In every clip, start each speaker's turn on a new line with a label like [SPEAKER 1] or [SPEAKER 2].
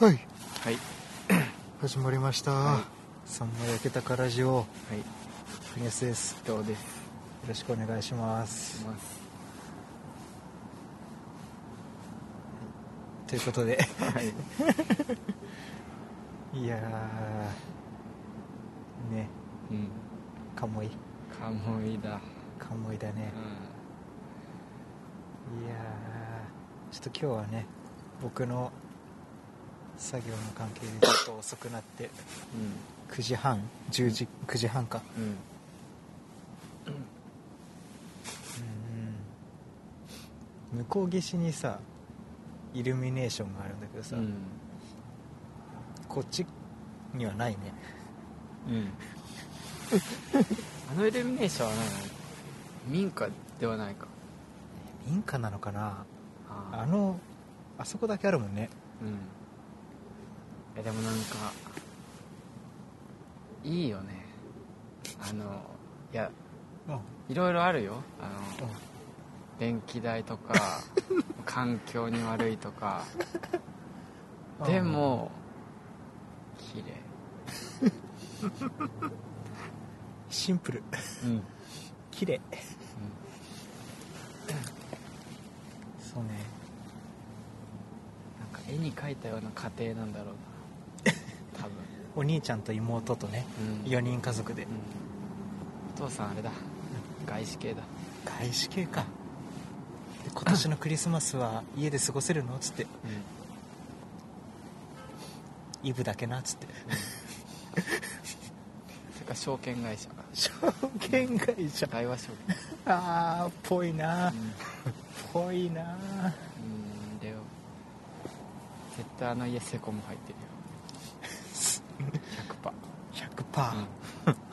[SPEAKER 1] はい
[SPEAKER 2] はい
[SPEAKER 1] 始まりました、
[SPEAKER 2] は
[SPEAKER 1] サンマ焼けたかラジオ
[SPEAKER 2] はい
[SPEAKER 1] 国安ですよ
[SPEAKER 2] どうです
[SPEAKER 1] ろしくお願いします
[SPEAKER 2] ます
[SPEAKER 1] ということで
[SPEAKER 2] はい
[SPEAKER 1] いやーね
[SPEAKER 2] うん
[SPEAKER 1] カモイ
[SPEAKER 2] カモイだ
[SPEAKER 1] カモイだ
[SPEAKER 2] う
[SPEAKER 1] ね
[SPEAKER 2] ん
[SPEAKER 1] いやーちょっと今日はね僕の作業の関係でちょっと遅くなって9時半10時9時半か
[SPEAKER 2] うんうん
[SPEAKER 1] うん向こう岸にさイルミネーションがあるんだけどさ、
[SPEAKER 2] うん
[SPEAKER 1] こっちにはないね
[SPEAKER 2] うんあのイルミネーションは何なの民家ではないか
[SPEAKER 1] 民家なのかな
[SPEAKER 2] あ
[SPEAKER 1] あのあそこだけあるもんね
[SPEAKER 2] うんえでもなんかいいよねあのいや
[SPEAKER 1] うん
[SPEAKER 2] いろいろあるよあの電気代とか 環境に悪いとかでも綺麗
[SPEAKER 1] シンプル
[SPEAKER 2] うん、うん、
[SPEAKER 1] 綺麗そうね
[SPEAKER 2] なんか絵に描いたような家庭なんだろうな多分
[SPEAKER 1] お兄ちゃんと妹とね
[SPEAKER 2] うん
[SPEAKER 1] 4人家族で
[SPEAKER 2] うん、お父さんあれだ外資系だ
[SPEAKER 1] 外資系かで今年のクリスマスは家で過ごせるのつって
[SPEAKER 2] うん、
[SPEAKER 1] イブだけなつって
[SPEAKER 2] それか証券会社か
[SPEAKER 1] 証券会社
[SPEAKER 2] 外和証券
[SPEAKER 1] あーぽいな
[SPEAKER 2] うん
[SPEAKER 1] ぽいな
[SPEAKER 2] うんだよ絶対あの家セコム入ってるよ100%、う
[SPEAKER 1] 100%
[SPEAKER 2] ん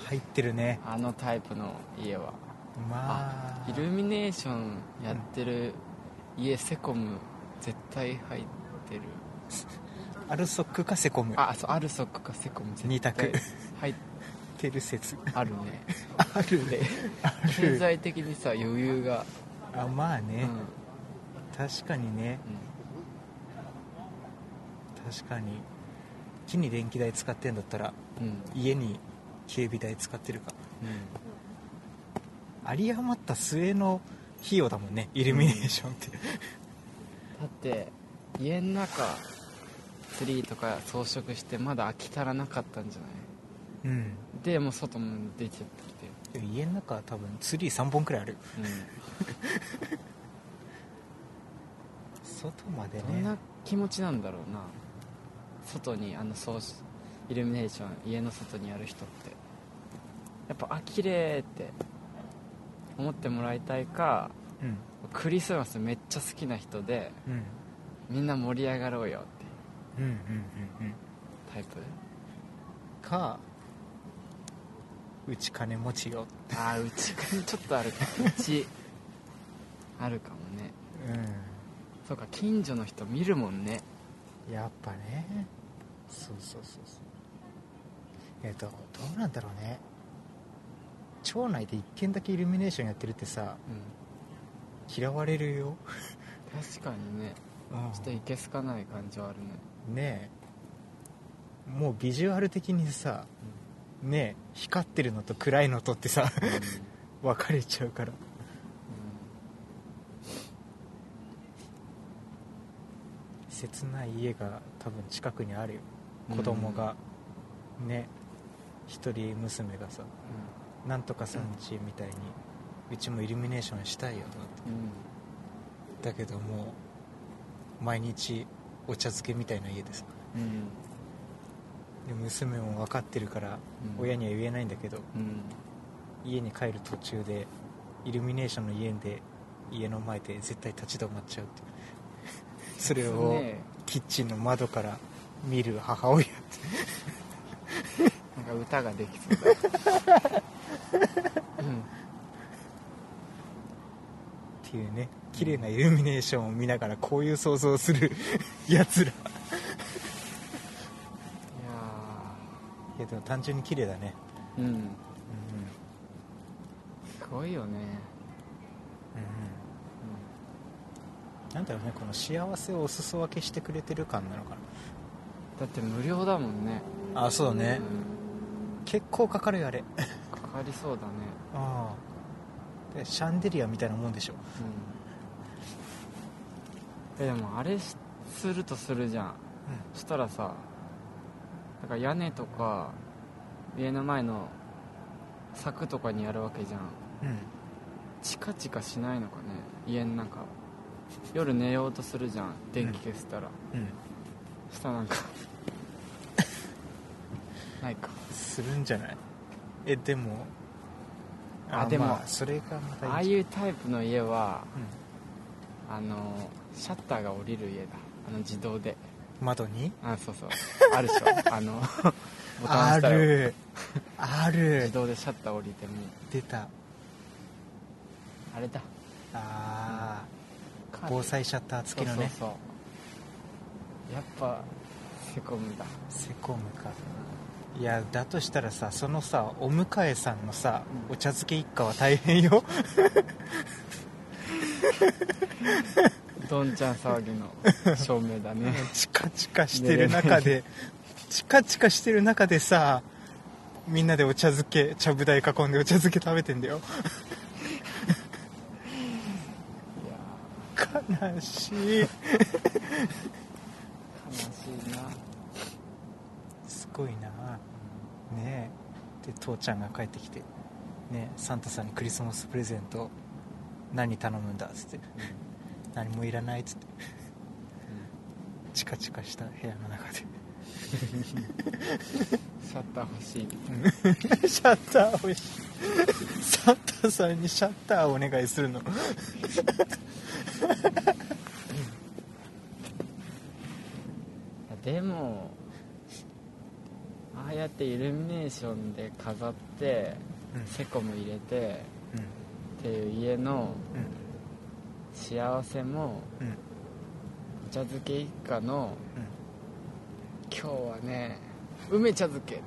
[SPEAKER 1] 入ってるね
[SPEAKER 2] あのタイプの家は
[SPEAKER 1] まあ
[SPEAKER 2] イルミネーションやってる家セコム絶対入ってる
[SPEAKER 1] アルソックかセコム
[SPEAKER 2] あそうアルソックかセコム絶対
[SPEAKER 1] 二択
[SPEAKER 2] 入っ
[SPEAKER 1] テル説
[SPEAKER 2] あるね
[SPEAKER 1] あるねあ
[SPEAKER 2] 経
[SPEAKER 1] る
[SPEAKER 2] 済的にさ余裕が
[SPEAKER 1] あまあ
[SPEAKER 2] う
[SPEAKER 1] ね、
[SPEAKER 2] ん
[SPEAKER 1] 確かにね確かに木に電気代使ってんだったら
[SPEAKER 2] うんうん
[SPEAKER 1] 家に警備代使ってるか
[SPEAKER 2] う
[SPEAKER 1] 有り余った末の費用だもんねイルミネーションって、
[SPEAKER 2] んだって家の中ツリーとか装飾してまだ飽き足らなかったんじゃない
[SPEAKER 1] うん、
[SPEAKER 2] でもう外も出ちゃってきて
[SPEAKER 1] でも家の中は多分ツリー3本くらいある
[SPEAKER 2] う
[SPEAKER 1] 外まで
[SPEAKER 2] ん、どん
[SPEAKER 1] ね
[SPEAKER 2] な気持ちなんだろうな外にあのそうしイルミネーション家の外にやる人ってやっぱあ綺麗って思ってもらいたいか
[SPEAKER 1] うん
[SPEAKER 2] クリスマスめっちゃ好きな人で
[SPEAKER 1] うん
[SPEAKER 2] みんな盛り上がろうよっていう
[SPEAKER 1] うんうんうんうん
[SPEAKER 2] タイプ
[SPEAKER 1] かうち金持ちよ
[SPEAKER 2] ああうちか ちょっとあるかうちあるかもね
[SPEAKER 1] う
[SPEAKER 2] そうか近所の人見るもんね
[SPEAKER 1] んやっぱねそうそうそうそうえっとどうなんだろうね町内で一軒だけイルミネーションやってるってさ
[SPEAKER 2] うん
[SPEAKER 1] 嫌われるよ、
[SPEAKER 2] 確かにねちょっといけすかない感じはあるね、
[SPEAKER 1] ねえもうビジュアル的にさねえ光ってるのと暗いのとってさ
[SPEAKER 2] うんうん
[SPEAKER 1] 分かれちゃうから切ない家が多分近くにあるよ
[SPEAKER 2] うん
[SPEAKER 1] 子供が、ね一人娘がさなんとかさんちみたいに、うちもイルミネーションしたいよとかって
[SPEAKER 2] うん、うん
[SPEAKER 1] だけどもう毎日お茶漬けみたいな家です
[SPEAKER 2] うん
[SPEAKER 1] で娘も分かってるから
[SPEAKER 2] うん
[SPEAKER 1] 親には言えないんだけど、
[SPEAKER 2] うん
[SPEAKER 1] 家に帰る途中でイルミネーションの家で家の前で絶対立ち止まっちゃうっていう それを
[SPEAKER 2] ね
[SPEAKER 1] キッチンの窓から見る母親
[SPEAKER 2] なんか歌ができそうだ、うん、
[SPEAKER 1] っていうね綺麗なイルミネーションを見ながらこういう想像をする やつらい
[SPEAKER 2] いや
[SPEAKER 1] やでも単純に綺麗だね
[SPEAKER 2] ーうん
[SPEAKER 1] うん
[SPEAKER 2] すごいよね、
[SPEAKER 1] うんなんだろうねこの幸せをお裾分けしてくれてる感なのかな
[SPEAKER 2] うだって無料だもんね
[SPEAKER 1] あそうだね、
[SPEAKER 2] う
[SPEAKER 1] 結構かかるよあれ
[SPEAKER 2] ん、かかりそうだね
[SPEAKER 1] ああでシャンデリアみたいなもんでしょ
[SPEAKER 2] うんえでもあれしするとするじゃんそしたらさなんか屋根とか家の前の柵とかにやるわけじゃん
[SPEAKER 1] うんうん
[SPEAKER 2] チカチカしないのかね家の中夜寝ようとするじゃん電気消したら、
[SPEAKER 1] うん
[SPEAKER 2] そしたら なんかないか
[SPEAKER 1] するんじゃないえでも
[SPEAKER 2] あでも
[SPEAKER 1] まあそれがまた
[SPEAKER 2] ああ
[SPEAKER 1] う、
[SPEAKER 2] いうタイプの家は
[SPEAKER 1] う
[SPEAKER 2] あのシャッターが降りる家だあの自動で
[SPEAKER 1] ん、窓に
[SPEAKER 2] あそうそうあるでし ょあのボタン押
[SPEAKER 1] あ
[SPEAKER 2] したら
[SPEAKER 1] るある
[SPEAKER 2] 自動でシャッター降りても
[SPEAKER 1] 出た
[SPEAKER 2] あれだ
[SPEAKER 1] あ
[SPEAKER 2] カ
[SPEAKER 1] あ
[SPEAKER 2] ーテン
[SPEAKER 1] 防災シャッター付きのね
[SPEAKER 2] そうそうそうやっぱセコムだ
[SPEAKER 1] セコムかいやだとしたらさそのさお迎えさんのさお茶漬け一家は大変よ
[SPEAKER 2] どんちゃん騒ぎ の照明だね
[SPEAKER 1] チカチカしてる中でチカチカしてる中でさみんなでお茶漬け茶ぶ台囲んでお茶漬け食べてんだよ
[SPEAKER 2] いや
[SPEAKER 1] 悲しい
[SPEAKER 2] ー悲しいな
[SPEAKER 1] すごいなねえで父ちゃんが帰ってきてねサンタさんにクリスマスプレゼント何頼むんだっつって何もいらないっつってチカチカした部屋の中
[SPEAKER 2] シャッター欲しい
[SPEAKER 1] で シャッターをい サンタさんにシャッターをお願いするの
[SPEAKER 2] でもああやってイルミネーションで飾って
[SPEAKER 1] うん
[SPEAKER 2] セコム入れて
[SPEAKER 1] うん
[SPEAKER 2] っていう家の
[SPEAKER 1] うん
[SPEAKER 2] 幸せも
[SPEAKER 1] うんうん
[SPEAKER 2] お茶漬け一家の今日はね梅茶漬け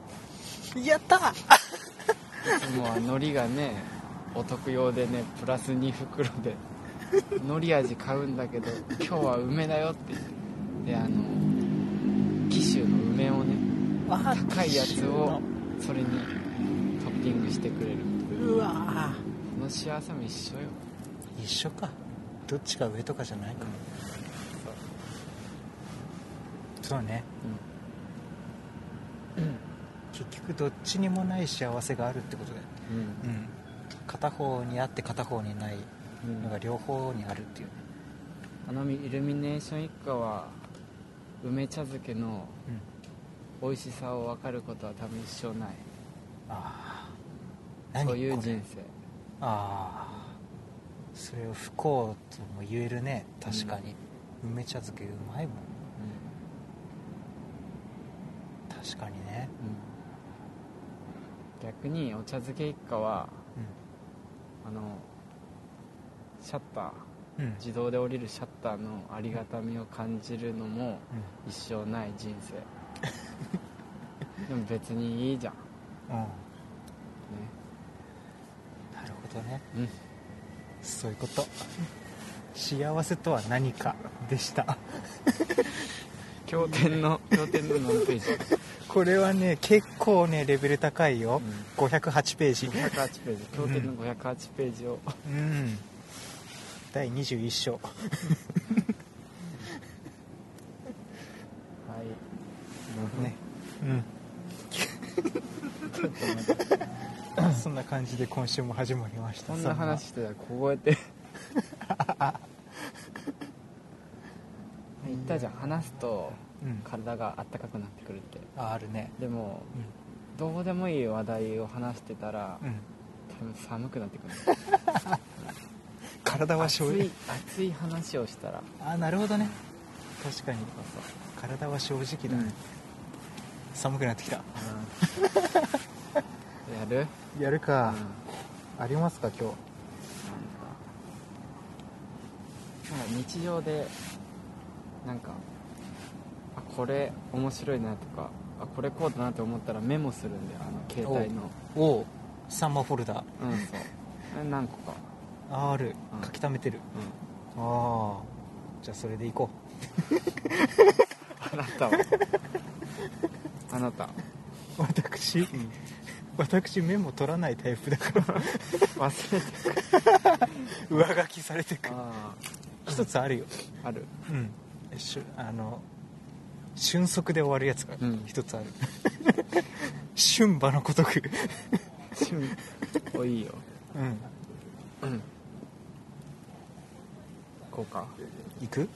[SPEAKER 1] やった
[SPEAKER 2] い
[SPEAKER 1] ー
[SPEAKER 2] つもは海苔がね お得用でねプラス2袋で海苔味買うんだけど今日は梅だよって言ってであの紀州の梅をね高いやつをそれにトッピングしてくれる
[SPEAKER 1] うわ
[SPEAKER 2] その幸せも一緒よ
[SPEAKER 1] ー一緒かどっちか上とかじゃないか
[SPEAKER 2] そう
[SPEAKER 1] そうね結局どっちにもない幸せがあるってことだよ
[SPEAKER 2] うん
[SPEAKER 1] うん、片方にあって片方にない
[SPEAKER 2] うん
[SPEAKER 1] のが両方にあるっていう、
[SPEAKER 2] あのイルミネーション一家は梅茶漬けの
[SPEAKER 1] う
[SPEAKER 2] 美
[SPEAKER 1] ん、
[SPEAKER 2] 味しさを分かることは多分一生ない
[SPEAKER 1] ああ何
[SPEAKER 2] そういう
[SPEAKER 1] これ
[SPEAKER 2] 人生
[SPEAKER 1] ああそれを不幸とも言えるね確かに、梅茶漬けうまいもん確かにね
[SPEAKER 2] うん逆にお茶漬け一家はあのシャッター
[SPEAKER 1] うんうん
[SPEAKER 2] 自動で降りるシャッターのありがたみを感じるのも一生ない人 生でも別にいいじゃんね
[SPEAKER 1] うん、なるほどね
[SPEAKER 2] うん
[SPEAKER 1] そういうこと幸せとは何かでした
[SPEAKER 2] 経典の経典の何ページ、
[SPEAKER 1] これはね結構ねレベル高いよ、508ページ
[SPEAKER 2] 508ページ経典の508ページを
[SPEAKER 1] うん第21章
[SPEAKER 2] はい
[SPEAKER 1] ねうん
[SPEAKER 2] ちょっと待って
[SPEAKER 1] そんな感じで今週も始まりました
[SPEAKER 2] そんな話してたら凍えて 言ったじゃん話すと
[SPEAKER 1] そんなうん
[SPEAKER 2] 体があったかくなってくるって
[SPEAKER 1] ああるね
[SPEAKER 2] でもどうでもいい話題を話してたら
[SPEAKER 1] うん、うん、
[SPEAKER 2] 多分寒くなってくる
[SPEAKER 1] 体は
[SPEAKER 2] 熱
[SPEAKER 1] 生
[SPEAKER 2] い
[SPEAKER 1] じ
[SPEAKER 2] 熱い話をしたら
[SPEAKER 1] ああなるほどね確かに
[SPEAKER 2] そうそう
[SPEAKER 1] 体は正直だ
[SPEAKER 2] う
[SPEAKER 1] ね、
[SPEAKER 2] ん
[SPEAKER 1] 寒くなってきた
[SPEAKER 2] うんやる
[SPEAKER 1] やる
[SPEAKER 2] うん
[SPEAKER 1] か
[SPEAKER 2] なんか、
[SPEAKER 1] ありますか今日
[SPEAKER 2] なんか日常でなんかあこれ面白いなとかあこれこうだなって思ったらメモするんだよあの携帯の
[SPEAKER 1] おおうサンマフォルダ
[SPEAKER 2] うんそうえ何個か
[SPEAKER 1] R
[SPEAKER 2] うん
[SPEAKER 1] 書き溜めてる、
[SPEAKER 2] う
[SPEAKER 1] ああじゃあそれでいこ
[SPEAKER 2] んあなたは
[SPEAKER 1] 私私メモ取らないタイプだから
[SPEAKER 2] 忘れて
[SPEAKER 1] 上書きされてく
[SPEAKER 2] あ
[SPEAKER 1] 一つあるよ
[SPEAKER 2] あある
[SPEAKER 1] うんしゅあの瞬足で終わるやつが
[SPEAKER 2] うん
[SPEAKER 1] 一つある、瞬馬のごとく
[SPEAKER 2] おいいよ
[SPEAKER 1] う
[SPEAKER 2] う
[SPEAKER 1] ん
[SPEAKER 2] んこうか
[SPEAKER 1] 行く
[SPEAKER 2] う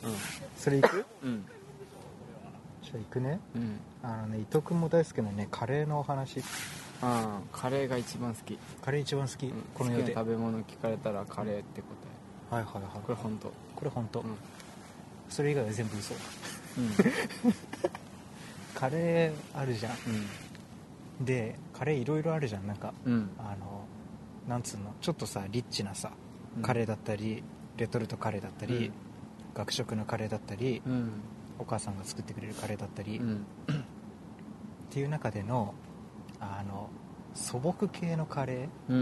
[SPEAKER 1] それ行く
[SPEAKER 2] んうん
[SPEAKER 1] じゃあ行くね
[SPEAKER 2] うん
[SPEAKER 1] あのね伊藤君も大好きなねカレーのお話
[SPEAKER 2] ああカレーが一番好き、
[SPEAKER 1] カレー一番好き、
[SPEAKER 2] うん
[SPEAKER 1] この世
[SPEAKER 2] 好き
[SPEAKER 1] で
[SPEAKER 2] な
[SPEAKER 1] はい
[SPEAKER 2] 食べ物聞かれたらカレーって答
[SPEAKER 1] はいはい
[SPEAKER 2] えこれ本当
[SPEAKER 1] これ本当、
[SPEAKER 2] うん
[SPEAKER 1] それ以外は全部嘘
[SPEAKER 2] うん
[SPEAKER 1] カレーあるじゃん
[SPEAKER 2] う
[SPEAKER 1] でカレーいろいろあるじゃんなんか
[SPEAKER 2] んうん
[SPEAKER 1] あのなんつうのちょっとさリッチなさカレーだったり、レトルトカレーだったり、
[SPEAKER 2] うん
[SPEAKER 1] 学食のカレーだったり、
[SPEAKER 2] うん
[SPEAKER 1] お母さんが作ってくれるカレーだったり、
[SPEAKER 2] う
[SPEAKER 1] っ
[SPEAKER 2] ん
[SPEAKER 1] ていう中でのあの素朴系のカレ
[SPEAKER 2] うん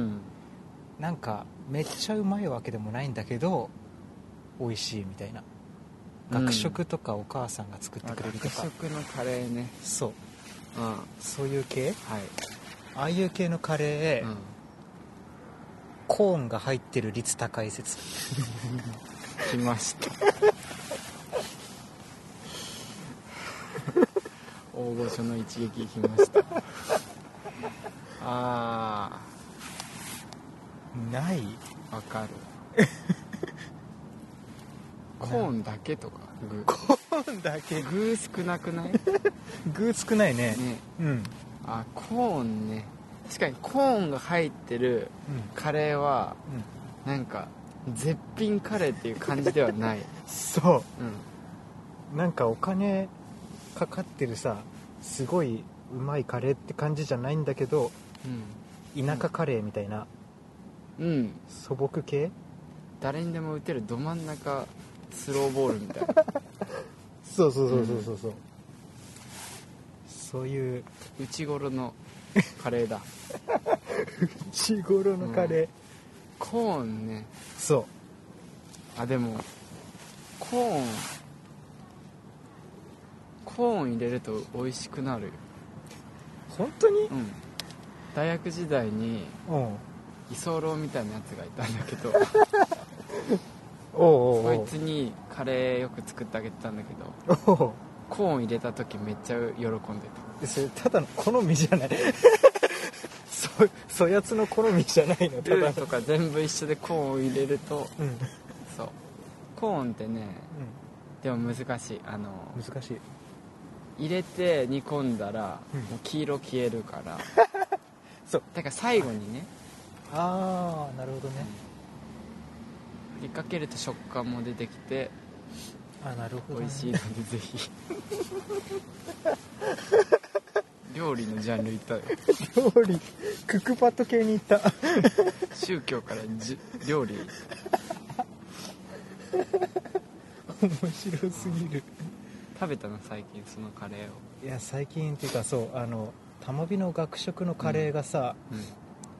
[SPEAKER 1] ーなんかめっちゃうまいわけでもないんだけど美味しいみたいな
[SPEAKER 2] うん
[SPEAKER 1] 学食とかお母さんが作ってくれると
[SPEAKER 2] 学
[SPEAKER 1] か、
[SPEAKER 2] 食のカレーね
[SPEAKER 1] そう
[SPEAKER 2] うんは
[SPEAKER 1] そういう系
[SPEAKER 2] い
[SPEAKER 1] ああいう系のカレー、
[SPEAKER 2] うん
[SPEAKER 1] コーンが入ってる率高い説
[SPEAKER 2] 来ました 大御所の一撃来ました あ
[SPEAKER 1] ない
[SPEAKER 2] あわ かるコーンだけとか具
[SPEAKER 1] コーンだけ
[SPEAKER 2] 具少なくないね
[SPEAKER 1] 具少ないねうん
[SPEAKER 2] あコーンね確かにコーンが入ってる
[SPEAKER 1] うん
[SPEAKER 2] カレーは
[SPEAKER 1] うん
[SPEAKER 2] なんか絶品カレーっていう感じではない、
[SPEAKER 1] そ
[SPEAKER 2] うん、
[SPEAKER 1] うなんかお金かかってるさすごいうまいカレーって感じじゃないんだけど田舎カレーみたいな
[SPEAKER 2] うん、うん、
[SPEAKER 1] 素朴系
[SPEAKER 2] 誰にでも打てるど真ん中スローボールみたいな
[SPEAKER 1] そうそうそうそうそうそうそういう
[SPEAKER 2] 内頃のカレーだ
[SPEAKER 1] 日頃のカレー、
[SPEAKER 2] コーンね
[SPEAKER 1] そう
[SPEAKER 2] あでもコーンコーン入れると美味しくなるよ
[SPEAKER 1] 本当に
[SPEAKER 2] うん大学時代に
[SPEAKER 1] うんおう
[SPEAKER 2] 居候みたいなやつがいたんだけど
[SPEAKER 1] おう
[SPEAKER 2] そ
[SPEAKER 1] お
[SPEAKER 2] いうつにカレーよく作ってあげてたんだけど
[SPEAKER 1] おう
[SPEAKER 2] コーン入れた時めっちゃ喜んでた
[SPEAKER 1] それただの好みじゃない そそやつの好みじゃないのた
[SPEAKER 2] ル
[SPEAKER 1] だ
[SPEAKER 2] ー
[SPEAKER 1] の
[SPEAKER 2] とか全部一緒でコーンを入れると
[SPEAKER 1] うん、うん、
[SPEAKER 2] そうコーンってねでも難しいあの
[SPEAKER 1] 難しい
[SPEAKER 2] 入れて煮込んだら
[SPEAKER 1] うん
[SPEAKER 2] もう黄色消えるから
[SPEAKER 1] そう
[SPEAKER 2] だから最後にね
[SPEAKER 1] ああなるほどね
[SPEAKER 2] 振りかけると食感も出てきて
[SPEAKER 1] あなるほ
[SPEAKER 2] 美
[SPEAKER 1] ど、ね、
[SPEAKER 2] 味しいのでぜ ひ料理のジャンルいったよ
[SPEAKER 1] 料理クックパッド系に行った
[SPEAKER 2] 宗教からじ料理
[SPEAKER 1] 面白すぎる
[SPEAKER 2] 食べたの最近そのカレーを
[SPEAKER 1] いや最近っていうかそうあのたまびの学食のカレーがさ、
[SPEAKER 2] う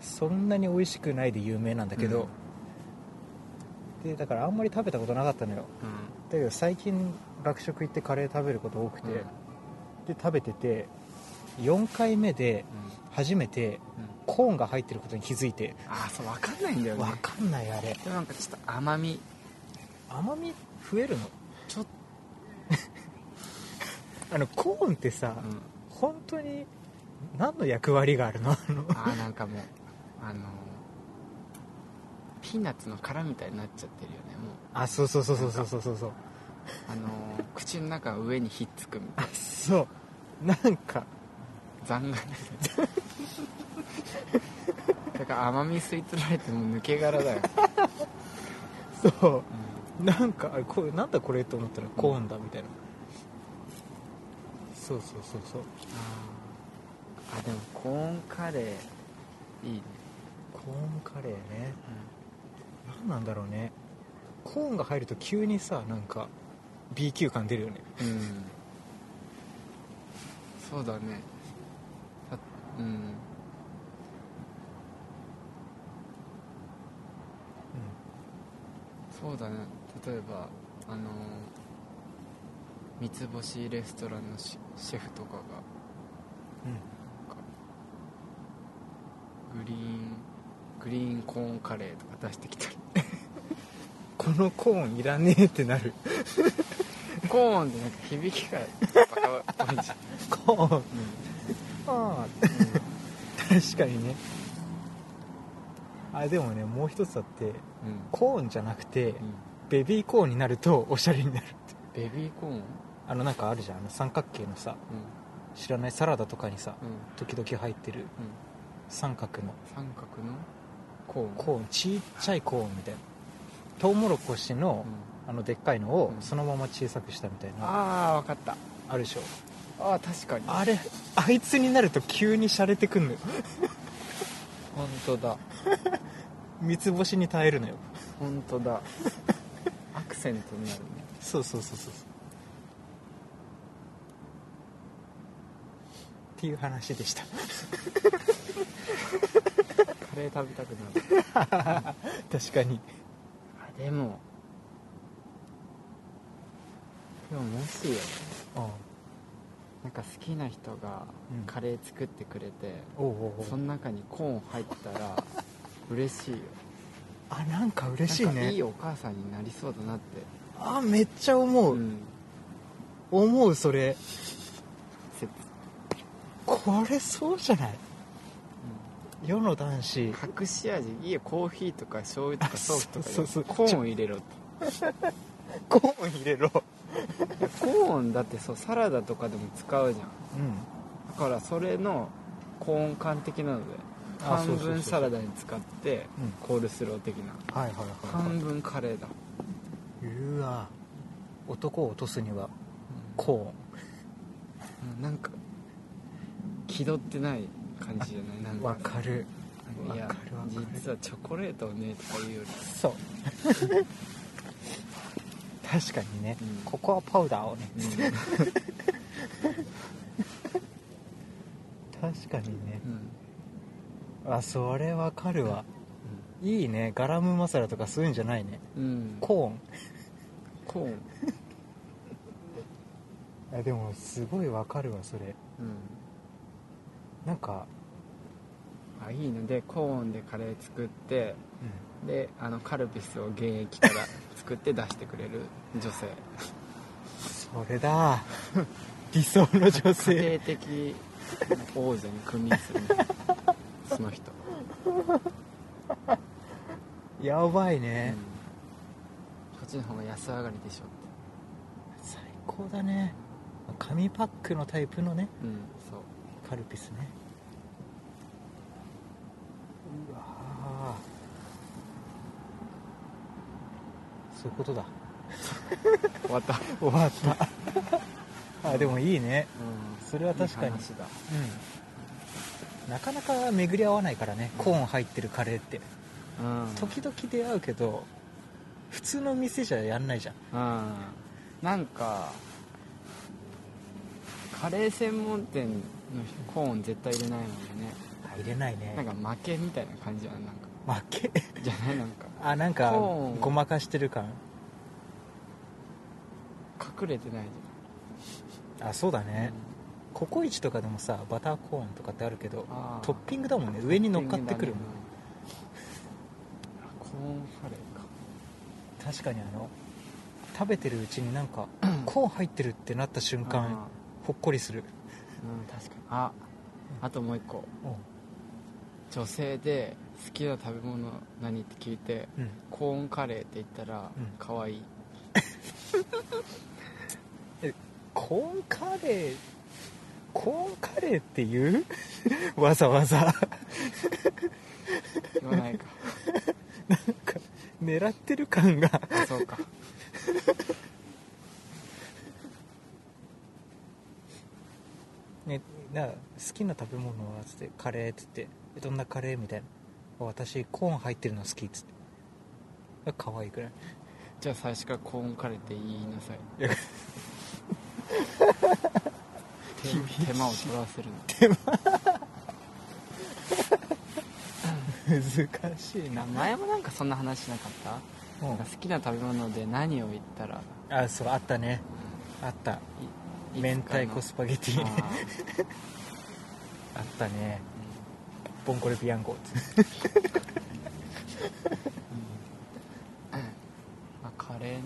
[SPEAKER 1] そんなに美味しくないで有名なんだけど、でだからあんまり食べたことなかったのよ
[SPEAKER 2] ん
[SPEAKER 1] だけど最近学食行ってカレー食べること多くて、
[SPEAKER 2] うん
[SPEAKER 1] で食べてて4回目で
[SPEAKER 2] うん
[SPEAKER 1] 初めて
[SPEAKER 2] うんうん
[SPEAKER 1] コーンが入ってることに気づいて
[SPEAKER 2] ああそう分かんないんだよね
[SPEAKER 1] わかんないあれ
[SPEAKER 2] でもなんかちょっと甘み
[SPEAKER 1] 甘み増えるの
[SPEAKER 2] ちょっ
[SPEAKER 1] あのコーンってさ、
[SPEAKER 2] と、うん
[SPEAKER 1] 本当に何の役割があるのあの
[SPEAKER 2] あーなんかもうあのーピーナッツの殻みたいになっちゃってるよねも
[SPEAKER 1] あそうそうそうそうそうそうそうそう
[SPEAKER 2] うあのー口の中が上にひっつくみたい
[SPEAKER 1] あそうなんか
[SPEAKER 2] な残骸だから甘み吸い取られてもう抜け殻だよ、
[SPEAKER 1] そう
[SPEAKER 2] うん
[SPEAKER 1] なんかあこれなんだこれと思ったらコーンだみたいな、そうそうそうそう
[SPEAKER 2] あーあでもコーンカレーいいね、
[SPEAKER 1] コーンカレーね何なんだろうねコーンが入ると急にさなんか B 級感出るよね
[SPEAKER 2] うん、そうだねさうんそうだね例えばあのー三つ星レストランのシシェフとかが
[SPEAKER 1] うん、う
[SPEAKER 2] なん
[SPEAKER 1] ん、
[SPEAKER 2] かグリーングリーンコーンカレーとか出してきたり
[SPEAKER 1] このコーンいらねえってなる
[SPEAKER 2] コーンってなんか響きがバカっぽいじゃん、
[SPEAKER 1] コーン
[SPEAKER 2] う
[SPEAKER 1] あ
[SPEAKER 2] ん
[SPEAKER 1] ー確かにねあでもねもう一つあって
[SPEAKER 2] うん
[SPEAKER 1] コーンじゃなくて
[SPEAKER 2] うん
[SPEAKER 1] ベビーコーンになるとおしゃれになる
[SPEAKER 2] ベビーコーンうん
[SPEAKER 1] あのなんかあるじゃんあの三角形のさ知らないサラダとかにさ
[SPEAKER 2] うん
[SPEAKER 1] 時々入ってる
[SPEAKER 2] うん
[SPEAKER 1] 三角の
[SPEAKER 2] 三角のコーン
[SPEAKER 1] コーンちっちゃいコーンみたいなトウモロコシの
[SPEAKER 2] うん
[SPEAKER 1] あのでっかいのを
[SPEAKER 2] うん
[SPEAKER 1] そのまま小さくしたみたいな
[SPEAKER 2] ああわかった
[SPEAKER 1] あるでしょ
[SPEAKER 2] ああ確かに
[SPEAKER 1] あれあいつになると急に洒落てくんのよ
[SPEAKER 2] 本当だ
[SPEAKER 1] 三つ星に耐えるのよ
[SPEAKER 2] 本当だ アクセントになるね
[SPEAKER 1] そうそうそうそうっていう話でした
[SPEAKER 2] カレー食べたくなる
[SPEAKER 1] 確かに
[SPEAKER 2] あでもでももしよ
[SPEAKER 1] ああ
[SPEAKER 2] なんか好きな人が
[SPEAKER 1] うん
[SPEAKER 2] カレー作ってくれて、
[SPEAKER 1] おうおうお
[SPEAKER 2] その
[SPEAKER 1] う
[SPEAKER 2] 中にコーン入ったら嬉しいよ
[SPEAKER 1] あなんか嬉しい
[SPEAKER 2] なんか
[SPEAKER 1] ね
[SPEAKER 2] いいお母さんになりそうだなって
[SPEAKER 1] あめっちゃ思う、
[SPEAKER 2] うん
[SPEAKER 1] 思うそれ
[SPEAKER 2] せうん
[SPEAKER 1] これそうじゃない世の男子
[SPEAKER 2] 隠し味いいよコーヒーとか醤油とかソースとかで
[SPEAKER 1] そうそうそう
[SPEAKER 2] コーンを入れろって
[SPEAKER 1] コーン入れろ
[SPEAKER 2] いやコーンだってそうサラダとかでも使うじゃん
[SPEAKER 1] う
[SPEAKER 2] だ
[SPEAKER 1] ん
[SPEAKER 2] からそれのコーン缶的なので
[SPEAKER 1] あ
[SPEAKER 2] 半
[SPEAKER 1] そうそうそう
[SPEAKER 2] 分サラダに使って
[SPEAKER 1] うん
[SPEAKER 2] コールスロー的な
[SPEAKER 1] はいはいはい、
[SPEAKER 2] 半
[SPEAKER 1] は
[SPEAKER 2] 分カレーだ、
[SPEAKER 1] い、うわ男を落とすにはコ
[SPEAKER 2] うんなんか気取ってない感じじゃないなん
[SPEAKER 1] ーン
[SPEAKER 2] か
[SPEAKER 1] わかるわ
[SPEAKER 2] いや
[SPEAKER 1] かるわかる
[SPEAKER 2] 実はチョコレートをねとか言うより
[SPEAKER 1] そう 確かにね、
[SPEAKER 2] うん
[SPEAKER 1] ココアパウダーをね確かにね
[SPEAKER 2] うん、うん
[SPEAKER 1] あそれわかるわいいねガラムマサラとかそういうんじゃないね
[SPEAKER 2] うん、
[SPEAKER 1] コーン
[SPEAKER 2] コーン、うん、
[SPEAKER 1] あでもすごいわかるわそれなんか、
[SPEAKER 2] あいいのでコーンでカレー作って
[SPEAKER 1] うん、
[SPEAKER 2] であのカルピスを原液から作って出してくれる女性
[SPEAKER 1] それだ 理想の女性
[SPEAKER 2] 家庭的王者に君臨するねその人、
[SPEAKER 1] やばいうね
[SPEAKER 2] ん、こ、っちの方が安上がりでしょって
[SPEAKER 1] 最高だね紙パックのタイプのね
[SPEAKER 2] うんそう
[SPEAKER 1] カルピスねうわーそういうことだ
[SPEAKER 2] 終わった、うん、
[SPEAKER 1] 終わった あでもいいねそれは確かに
[SPEAKER 2] いい話だ
[SPEAKER 1] うんなかなか巡り合わないからねコーン入ってるカレーって
[SPEAKER 2] うん
[SPEAKER 1] 時々出会うけど普通の店じゃやんないじゃん
[SPEAKER 2] うんなんかカレー専門店のコーン絶対入れないもんね
[SPEAKER 1] あ入れないね
[SPEAKER 2] なんか負けみたいな感じやななんか
[SPEAKER 1] 負け
[SPEAKER 2] じゃないなんか
[SPEAKER 1] あなんか
[SPEAKER 2] コーン
[SPEAKER 1] ごまかしてる感
[SPEAKER 2] 隠れてない
[SPEAKER 1] あそうだ
[SPEAKER 2] じゃん、
[SPEAKER 1] ね、ココイチとかでもさバターコーンとかってあるけど
[SPEAKER 2] うんあー
[SPEAKER 1] トッピングだもんね上に乗っかってくるもん、
[SPEAKER 2] コーンカレーか
[SPEAKER 1] 確かにあの食べてるうちになんかコーン入ってるってなった瞬間ほっこりする
[SPEAKER 2] あーうん確かにああともう一個
[SPEAKER 1] う
[SPEAKER 2] 女性で好きな食べ物何って聞いて
[SPEAKER 1] ん、うん、
[SPEAKER 2] コーンカレーって言ったら
[SPEAKER 1] うん
[SPEAKER 2] 可愛い、
[SPEAKER 1] コーンカレーコーンカレーって言う わざわざ
[SPEAKER 2] 言わない か
[SPEAKER 1] 狙ってる感が
[SPEAKER 2] あそうか
[SPEAKER 1] ね、な好きな食べ物はつってカレーっつってえどんなカレーみたいな私コーン入ってるの好きっつって可愛いくらい
[SPEAKER 2] じゃあ最初からコーンカレーって言いなさい
[SPEAKER 1] いや
[SPEAKER 2] 手手間を取らせるの
[SPEAKER 1] 難しいな
[SPEAKER 2] な前もなんかそんな話しなかった、
[SPEAKER 1] う
[SPEAKER 2] なんか好きな食べ物で何を言ったら
[SPEAKER 1] んあそうあったねあった
[SPEAKER 2] いいつか
[SPEAKER 1] 明
[SPEAKER 2] の
[SPEAKER 1] 太子スパゲティ
[SPEAKER 2] あー
[SPEAKER 1] あったね本これビアンコ」って
[SPEAKER 2] あカレーね
[SPEAKER 1] うん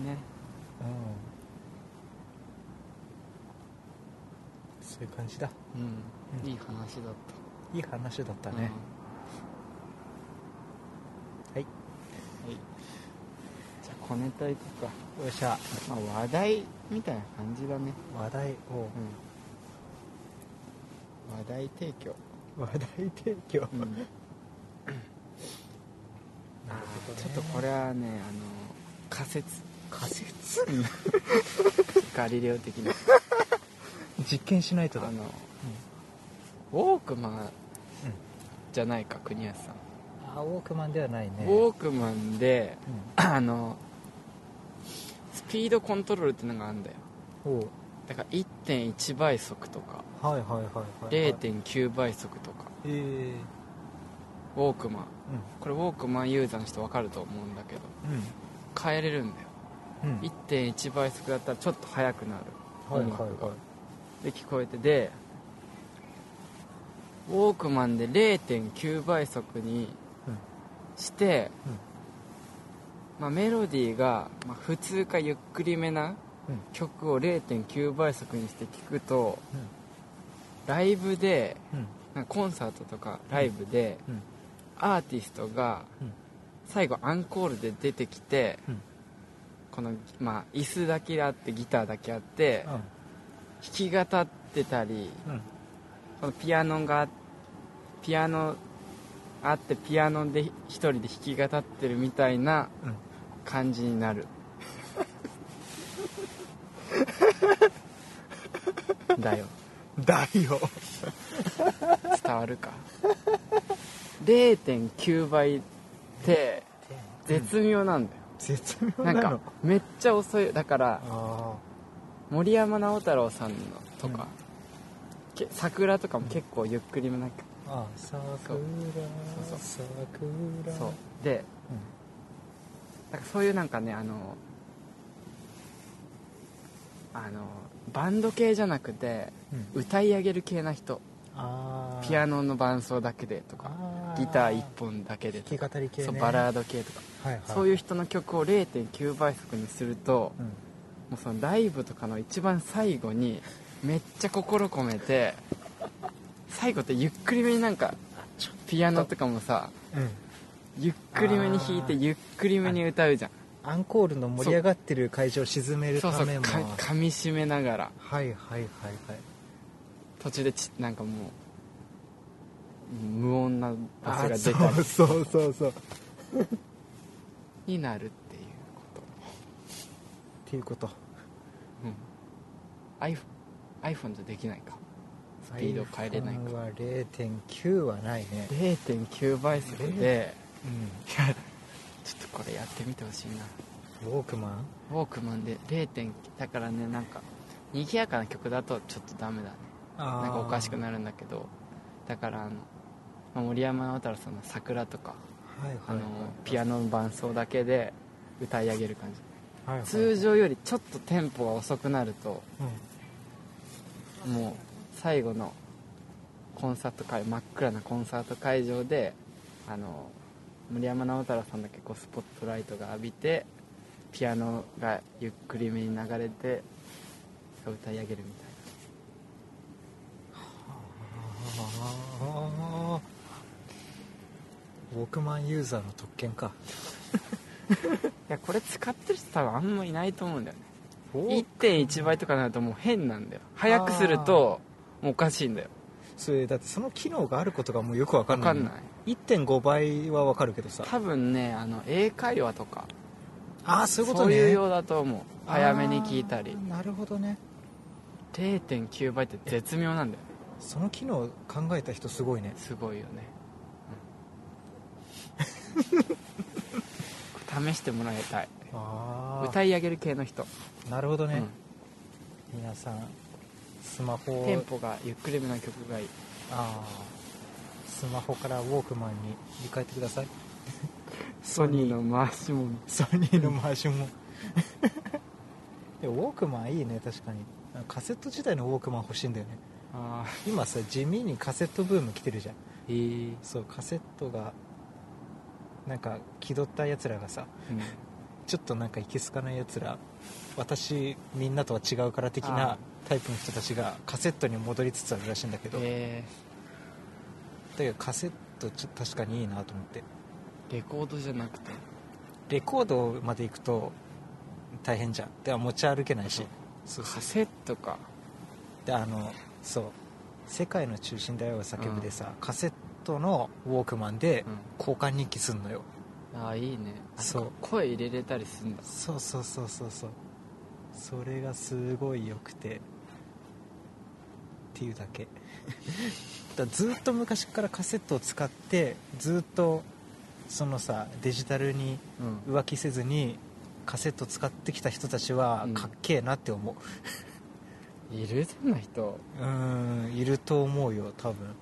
[SPEAKER 1] そういう感じだ
[SPEAKER 2] うん、
[SPEAKER 1] うん
[SPEAKER 2] いい話だっ
[SPEAKER 1] いい話だった
[SPEAKER 2] た
[SPEAKER 1] ね、
[SPEAKER 2] うん
[SPEAKER 1] はい
[SPEAKER 2] はいじゃあ小ネタいくか、
[SPEAKER 1] よっしゃ
[SPEAKER 2] まあ、話題みたいな感じだね、
[SPEAKER 1] 話題を
[SPEAKER 2] うん、話題提供、
[SPEAKER 1] 話題提供、
[SPEAKER 2] うん、
[SPEAKER 1] なるほどね
[SPEAKER 2] ちょっとこれはねあの仮説
[SPEAKER 1] 仮説
[SPEAKER 2] ガリレオ的な
[SPEAKER 1] 実験しないとだ
[SPEAKER 2] あ
[SPEAKER 1] うん
[SPEAKER 2] のウォークマンじゃないか国安さん、
[SPEAKER 1] あウォークマンではないね
[SPEAKER 2] ウォークマンで
[SPEAKER 1] う ん
[SPEAKER 2] あのスピードコントロールってのがあるんだよ
[SPEAKER 1] おう
[SPEAKER 2] だから1.1倍速とか
[SPEAKER 1] はいはいはいはいはい
[SPEAKER 2] 0.9倍速とか
[SPEAKER 1] えー
[SPEAKER 2] ウォークマン
[SPEAKER 1] うん
[SPEAKER 2] これウォークマンユーザーの人分かると思うんだけど変えれるんだよ
[SPEAKER 1] うんうん
[SPEAKER 2] 1.1倍速だったらちょっと速くなる
[SPEAKER 1] はいはいはい
[SPEAKER 2] で聞こえてでウォークマンで0.9倍速に
[SPEAKER 1] うん
[SPEAKER 2] して、
[SPEAKER 1] うん
[SPEAKER 2] まあ、メロディーが、まあ、普通かゆっくりめな
[SPEAKER 1] うん
[SPEAKER 2] 曲を0.9倍速にして聞くと、
[SPEAKER 1] うん
[SPEAKER 2] ライブで
[SPEAKER 1] うん
[SPEAKER 2] なんかコンサートとかライブで、
[SPEAKER 1] うん
[SPEAKER 2] アーティストが
[SPEAKER 1] うん
[SPEAKER 2] 最後アンコールで出てきて、
[SPEAKER 1] うん
[SPEAKER 2] この、まあ、椅子だけあってギターだけあって
[SPEAKER 1] うん
[SPEAKER 2] 弾き語ってたり
[SPEAKER 1] うん
[SPEAKER 2] このピアノがピアノあってピアノで一人で弾き語ってるみたいな
[SPEAKER 1] うん
[SPEAKER 2] 感じになる だよ
[SPEAKER 1] だよ
[SPEAKER 2] 伝わるか0.9倍って絶妙なんだよ、
[SPEAKER 1] 絶妙
[SPEAKER 2] な
[SPEAKER 1] なんの
[SPEAKER 2] かめっちゃ遅いだから
[SPEAKER 1] あ
[SPEAKER 2] 森山直太朗さんのとか、け桜とかも結構ゆっくりめな曲
[SPEAKER 1] ーあー
[SPEAKER 2] そ
[SPEAKER 1] 桜
[SPEAKER 2] うそう
[SPEAKER 1] 桜
[SPEAKER 2] そうでなんかそういうなんかねあのあのバンド系じゃなくて
[SPEAKER 1] うんうん
[SPEAKER 2] 歌い上げる系な人
[SPEAKER 1] あ
[SPEAKER 2] ピア
[SPEAKER 1] ノ
[SPEAKER 2] ノの伴奏だけでとかギター1本だけでと
[SPEAKER 1] 弾
[SPEAKER 2] か、
[SPEAKER 1] き語り系ね
[SPEAKER 2] そうバラード系とか、
[SPEAKER 1] はいはい
[SPEAKER 2] そういう人の曲を0.9倍速にすると、
[SPEAKER 1] うん
[SPEAKER 2] もうそのライブとかの一番最後にめっちゃ心込めて最後ってゆっくりめになんかピアノとかもさ
[SPEAKER 1] うん
[SPEAKER 2] ゆっくりめに弾いて
[SPEAKER 1] あー
[SPEAKER 2] ゆっくりめに歌うじゃん
[SPEAKER 1] アンコールの盛り上がってる会場を沈める
[SPEAKER 2] そうそ
[SPEAKER 1] た
[SPEAKER 2] う
[SPEAKER 1] めも
[SPEAKER 2] か噛みしめながら
[SPEAKER 1] はいはいはいはい
[SPEAKER 2] 途中でちなんかもう無音なバス
[SPEAKER 1] あ
[SPEAKER 2] が
[SPEAKER 1] そ
[SPEAKER 2] 出た
[SPEAKER 1] うそうそうそうっ
[SPEAKER 2] りになるっていうこ
[SPEAKER 1] ていうこと
[SPEAKER 2] と、うん、iPhone, iPhone じゃできないかスピード変えれないか
[SPEAKER 1] iPhone は0.9はないね
[SPEAKER 2] 0.9倍速で
[SPEAKER 1] う
[SPEAKER 2] いやちょっとこれやってみてほしいなん
[SPEAKER 1] ウォークマン
[SPEAKER 2] ウォークマンで0点だからねなんか賑やかな曲だとちょっとダメだね
[SPEAKER 1] あー
[SPEAKER 2] なんかおかしくなるんだけどだからあのまあ森山直太朗さんの「桜」とか
[SPEAKER 1] はい
[SPEAKER 2] あ
[SPEAKER 1] はい
[SPEAKER 2] のピアノの伴奏だけで歌い上げる感じ
[SPEAKER 1] はいはい
[SPEAKER 2] 通常よりちょっとテンポが遅くなると
[SPEAKER 1] うん
[SPEAKER 2] もう最後のコンサート会真っ暗なコンサート会場であの森山直太朗さんだけこうスポットライトが浴びてピアノがゆっくりめに流れて歌い上げるみたい
[SPEAKER 1] あーウォークマンユーザーの特権か
[SPEAKER 2] ないやこれ使ってる人多分あんまいないと思うんだよね1.1倍とかになるともう変なんだよ早くするともうおかしいんだよ
[SPEAKER 1] それだってその機能があることがもうよくわかん
[SPEAKER 2] 分
[SPEAKER 1] な
[SPEAKER 2] か
[SPEAKER 1] い
[SPEAKER 2] んない
[SPEAKER 1] 1.5倍はわかるけどさ
[SPEAKER 2] 多分ねあの英会話とか
[SPEAKER 1] ああそういうこと
[SPEAKER 2] そう
[SPEAKER 1] ね
[SPEAKER 2] いうようだと思う早めに聞いたり
[SPEAKER 1] あーなるほどね
[SPEAKER 2] 0.9倍って絶妙なんだよね
[SPEAKER 1] その機能考えた人すごいね
[SPEAKER 2] すごいよね、うん これ試してもらいたい
[SPEAKER 1] あ
[SPEAKER 2] 歌い上げる系の人、
[SPEAKER 1] あなるほどね、
[SPEAKER 2] う
[SPEAKER 1] 皆さんスマホ
[SPEAKER 2] んテン
[SPEAKER 1] を
[SPEAKER 2] ポがゆっくりめな曲がいい
[SPEAKER 1] あースマホからウォークマンに切り替えてください
[SPEAKER 2] ソニーの回し物
[SPEAKER 1] ソニーの回しも でもウォークマンいいね確かにあのカセット自体のウォークマン欲しいんだよね
[SPEAKER 2] ああ
[SPEAKER 1] 今さ地味にカセットブーム来てるじゃん
[SPEAKER 2] へえうん
[SPEAKER 1] そうカセットがなんか気取ったやつらがさちょっとなんかいけすかないやつら私みんなとは違うから的
[SPEAKER 2] あ
[SPEAKER 1] な
[SPEAKER 2] ー
[SPEAKER 1] タイプの人たちがカセットに戻りつつあるらしいんだけど、
[SPEAKER 2] え
[SPEAKER 1] だけどカセットちょ確かにいいなと思って
[SPEAKER 2] ー、レコードじゃなくて
[SPEAKER 1] レコードまで行くと大変じゃんでは持ち歩けないしそうそ
[SPEAKER 2] カ
[SPEAKER 1] う
[SPEAKER 2] セットか
[SPEAKER 1] であのそう「世界の中心だよ」叫ぶでさ、カセットのウォークマンで
[SPEAKER 2] うん
[SPEAKER 1] 交換日記すんのよ、
[SPEAKER 2] ああいいねあ
[SPEAKER 1] そう
[SPEAKER 2] 声入れれたりすんだ
[SPEAKER 1] そうそうそうそうそうそれがすごい良くてっていうだ けだずっと昔からカセットを使ってずっとそのさデジタルに
[SPEAKER 2] うん
[SPEAKER 1] 浮気せずにカセット使ってきた人たちは
[SPEAKER 2] うん
[SPEAKER 1] かっけえなって思
[SPEAKER 2] いるそんな人
[SPEAKER 1] ううーんいると思うよ多分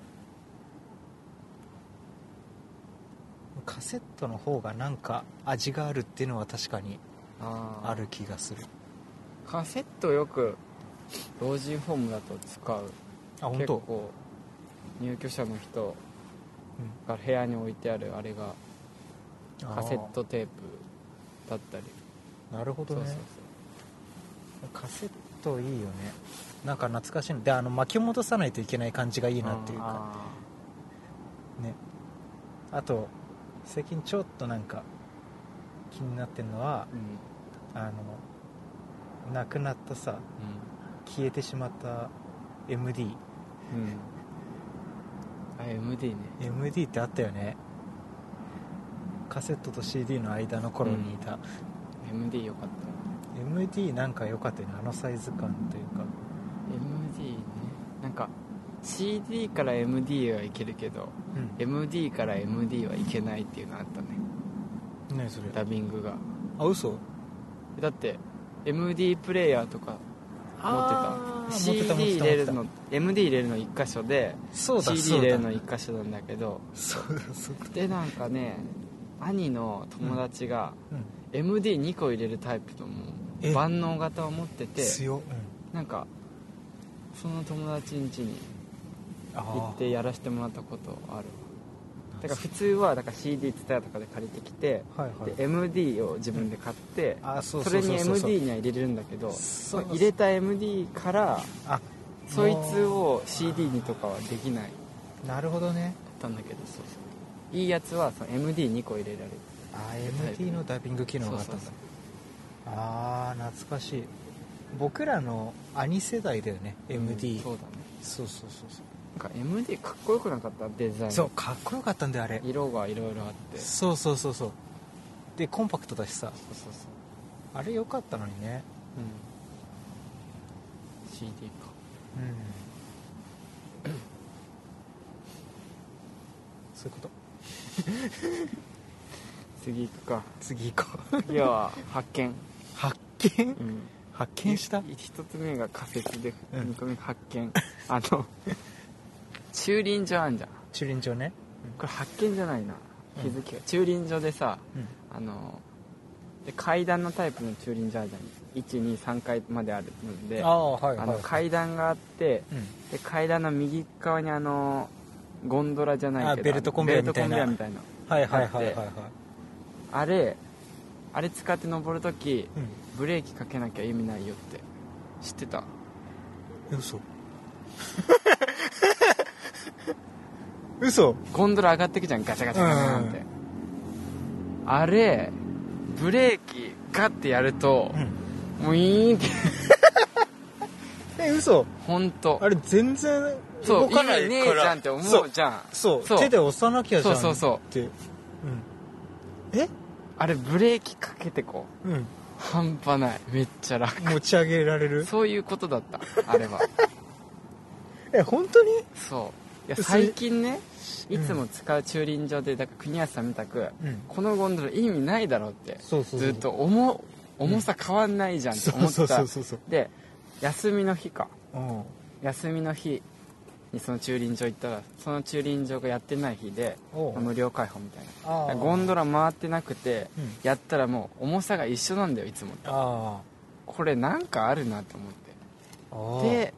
[SPEAKER 1] カセットの方がなんか味があるっていうのは確かに
[SPEAKER 2] ああ
[SPEAKER 1] ある気がする
[SPEAKER 2] カセットよく老人ホームだと使う
[SPEAKER 1] あ本
[SPEAKER 2] 結
[SPEAKER 1] 当
[SPEAKER 2] 構入居者の人が部屋に置いてあるあれが
[SPEAKER 1] うん
[SPEAKER 2] カセットテープだったり
[SPEAKER 1] なるほど
[SPEAKER 2] そう
[SPEAKER 1] ね
[SPEAKER 2] そうそう
[SPEAKER 1] カセットいいよねなんか懐かしいのであの巻き戻さないといけない感じがいいなっていうか
[SPEAKER 2] あ
[SPEAKER 1] ねあと最近ちょっとなんか気になってるのは
[SPEAKER 2] ーうん
[SPEAKER 1] あの亡くなったさ消えてしまった MDMD
[SPEAKER 2] うんうんあ MD ね
[SPEAKER 1] ってあったよねカセットと CD の間の頃にいた、
[SPEAKER 2] MD よかった
[SPEAKER 1] MD なんか良かったよねあのサイズ感というか
[SPEAKER 2] MD ねなんか CD から MD はいけるけど
[SPEAKER 1] うん
[SPEAKER 2] MD から MD はいけないっていうのあったね
[SPEAKER 1] 何それ
[SPEAKER 2] ダビングが
[SPEAKER 1] あ嘘
[SPEAKER 2] だって MD プレイヤーとか持
[SPEAKER 1] あ
[SPEAKER 2] っ
[SPEAKER 1] ー
[SPEAKER 2] てた
[SPEAKER 1] 持ってた持ってた
[SPEAKER 2] CD 入れるの MD 入れるの1箇所で
[SPEAKER 1] そうだ
[SPEAKER 2] CD
[SPEAKER 1] そ
[SPEAKER 2] 入
[SPEAKER 1] う
[SPEAKER 2] れ
[SPEAKER 1] だ
[SPEAKER 2] るの1箇所なんだけど
[SPEAKER 1] そうだそうだ
[SPEAKER 2] でなんかね兄の友達が
[SPEAKER 1] うん
[SPEAKER 2] MD2 個入れるタイプのも
[SPEAKER 1] え
[SPEAKER 2] う万能型を持ってて
[SPEAKER 1] 強うん
[SPEAKER 2] なんかその友達ん家に
[SPEAKER 1] あ
[SPEAKER 2] 行
[SPEAKER 1] ー
[SPEAKER 2] ってやらせてもらったことあるだから普通はだから CD ツタヤとかで借りてきて
[SPEAKER 1] はいはい
[SPEAKER 2] で MD を自分で買って
[SPEAKER 1] あそう
[SPEAKER 2] そ
[SPEAKER 1] そ
[SPEAKER 2] れ
[SPEAKER 1] うそ
[SPEAKER 2] に
[SPEAKER 1] うそう
[SPEAKER 2] MD には入れるんだけど
[SPEAKER 1] そう
[SPEAKER 2] 入れた MD から
[SPEAKER 1] あ
[SPEAKER 2] そいつを CD にとかはできない
[SPEAKER 1] なるほどね
[SPEAKER 2] たんだけどそうそういいやつはその MD2 個入れられる
[SPEAKER 1] あ MD のダビング機能があったんだ
[SPEAKER 2] そうそう
[SPEAKER 1] ああ懐かしい僕らの兄世代だよね
[SPEAKER 2] そう
[SPEAKER 1] MD、
[SPEAKER 2] うんそうだね
[SPEAKER 1] そうそうそうそ
[SPEAKER 2] なんか MD かっこよくなかったデザイン
[SPEAKER 1] うそうかっこよかったんだよあれ
[SPEAKER 2] 色がいろいろあってそう
[SPEAKER 1] そうそうそうそうでコンパクトだしさ
[SPEAKER 2] そうそう
[SPEAKER 1] あれ良かったのにね
[SPEAKER 2] うん CD か
[SPEAKER 1] うんそういうこと
[SPEAKER 2] 次行くか
[SPEAKER 1] 次行こう
[SPEAKER 2] 次は発 見、
[SPEAKER 1] 発見
[SPEAKER 2] うん
[SPEAKER 1] 発見した
[SPEAKER 2] 一つ目が仮説で
[SPEAKER 1] うん
[SPEAKER 2] 二個目が発見、あ の駐輪場あんじゃん
[SPEAKER 1] 駐輪場ね
[SPEAKER 2] これ発見じゃないな
[SPEAKER 1] うん
[SPEAKER 2] 気づきが、駐輪場でさ
[SPEAKER 1] うん
[SPEAKER 2] あので階段のタイプの駐輪場あるじゃん123階まであるので
[SPEAKER 1] あ
[SPEAKER 2] あ
[SPEAKER 1] あはいはい
[SPEAKER 2] の階段があって
[SPEAKER 1] うん
[SPEAKER 2] で階段の右側にあのゴンドラじゃないけ
[SPEAKER 1] あ
[SPEAKER 2] ど
[SPEAKER 1] ベルトコンベヤみたいな
[SPEAKER 2] ベルトコンベヤみたい
[SPEAKER 1] はいはいはいはいはい
[SPEAKER 2] なあれあれ使って登るとき
[SPEAKER 1] うん
[SPEAKER 2] ブレーキかけなきゃ意味ないよって知ってた
[SPEAKER 1] え嘘嘘
[SPEAKER 2] ゴンドラ上がってくじゃんガチャガチャガチャガチャって、
[SPEAKER 1] う
[SPEAKER 2] あれブレーキガッてやると、
[SPEAKER 1] うん
[SPEAKER 2] もうイーンって
[SPEAKER 1] え嘘
[SPEAKER 2] 本当
[SPEAKER 1] あれ全然
[SPEAKER 2] そ
[SPEAKER 1] 動
[SPEAKER 2] う
[SPEAKER 1] か
[SPEAKER 2] 意
[SPEAKER 1] ないから
[SPEAKER 2] 味ねえじゃんって思うじゃん
[SPEAKER 1] そう
[SPEAKER 2] そ
[SPEAKER 1] そうう手で押さなきゃじゃん
[SPEAKER 2] そうそうそう
[SPEAKER 1] ってうんえ
[SPEAKER 2] あれブレーキかけてこう
[SPEAKER 1] うん
[SPEAKER 2] 半端ないめっちゃ楽
[SPEAKER 1] 持ち上げられる
[SPEAKER 2] そういうことだ ったあれは
[SPEAKER 1] え本当に
[SPEAKER 2] そういや
[SPEAKER 1] それ
[SPEAKER 2] 最近ね
[SPEAKER 1] う
[SPEAKER 2] い
[SPEAKER 1] ん
[SPEAKER 2] つも使う駐輪場でだから国安さんみたく
[SPEAKER 1] うん
[SPEAKER 2] このゴンドラ意味ないだろうって
[SPEAKER 1] そうそうそう
[SPEAKER 2] ずっと重重さ変わんないじゃんって
[SPEAKER 1] そ
[SPEAKER 2] 思
[SPEAKER 1] う
[SPEAKER 2] っ
[SPEAKER 1] そうそ
[SPEAKER 2] た
[SPEAKER 1] うそうそう
[SPEAKER 2] で休みの日か
[SPEAKER 1] うん
[SPEAKER 2] 休みの日にその駐輪場行ったらその駐輪場がやってない日で
[SPEAKER 1] おう
[SPEAKER 2] 無料開放みたい
[SPEAKER 1] あ
[SPEAKER 2] な
[SPEAKER 1] ー
[SPEAKER 2] ゴンドラ回ってなくて
[SPEAKER 1] うん
[SPEAKER 2] やったらもう重さが一緒なんだよいつも
[SPEAKER 1] あ
[SPEAKER 2] これなんかあるなと思って
[SPEAKER 1] ーあー
[SPEAKER 2] で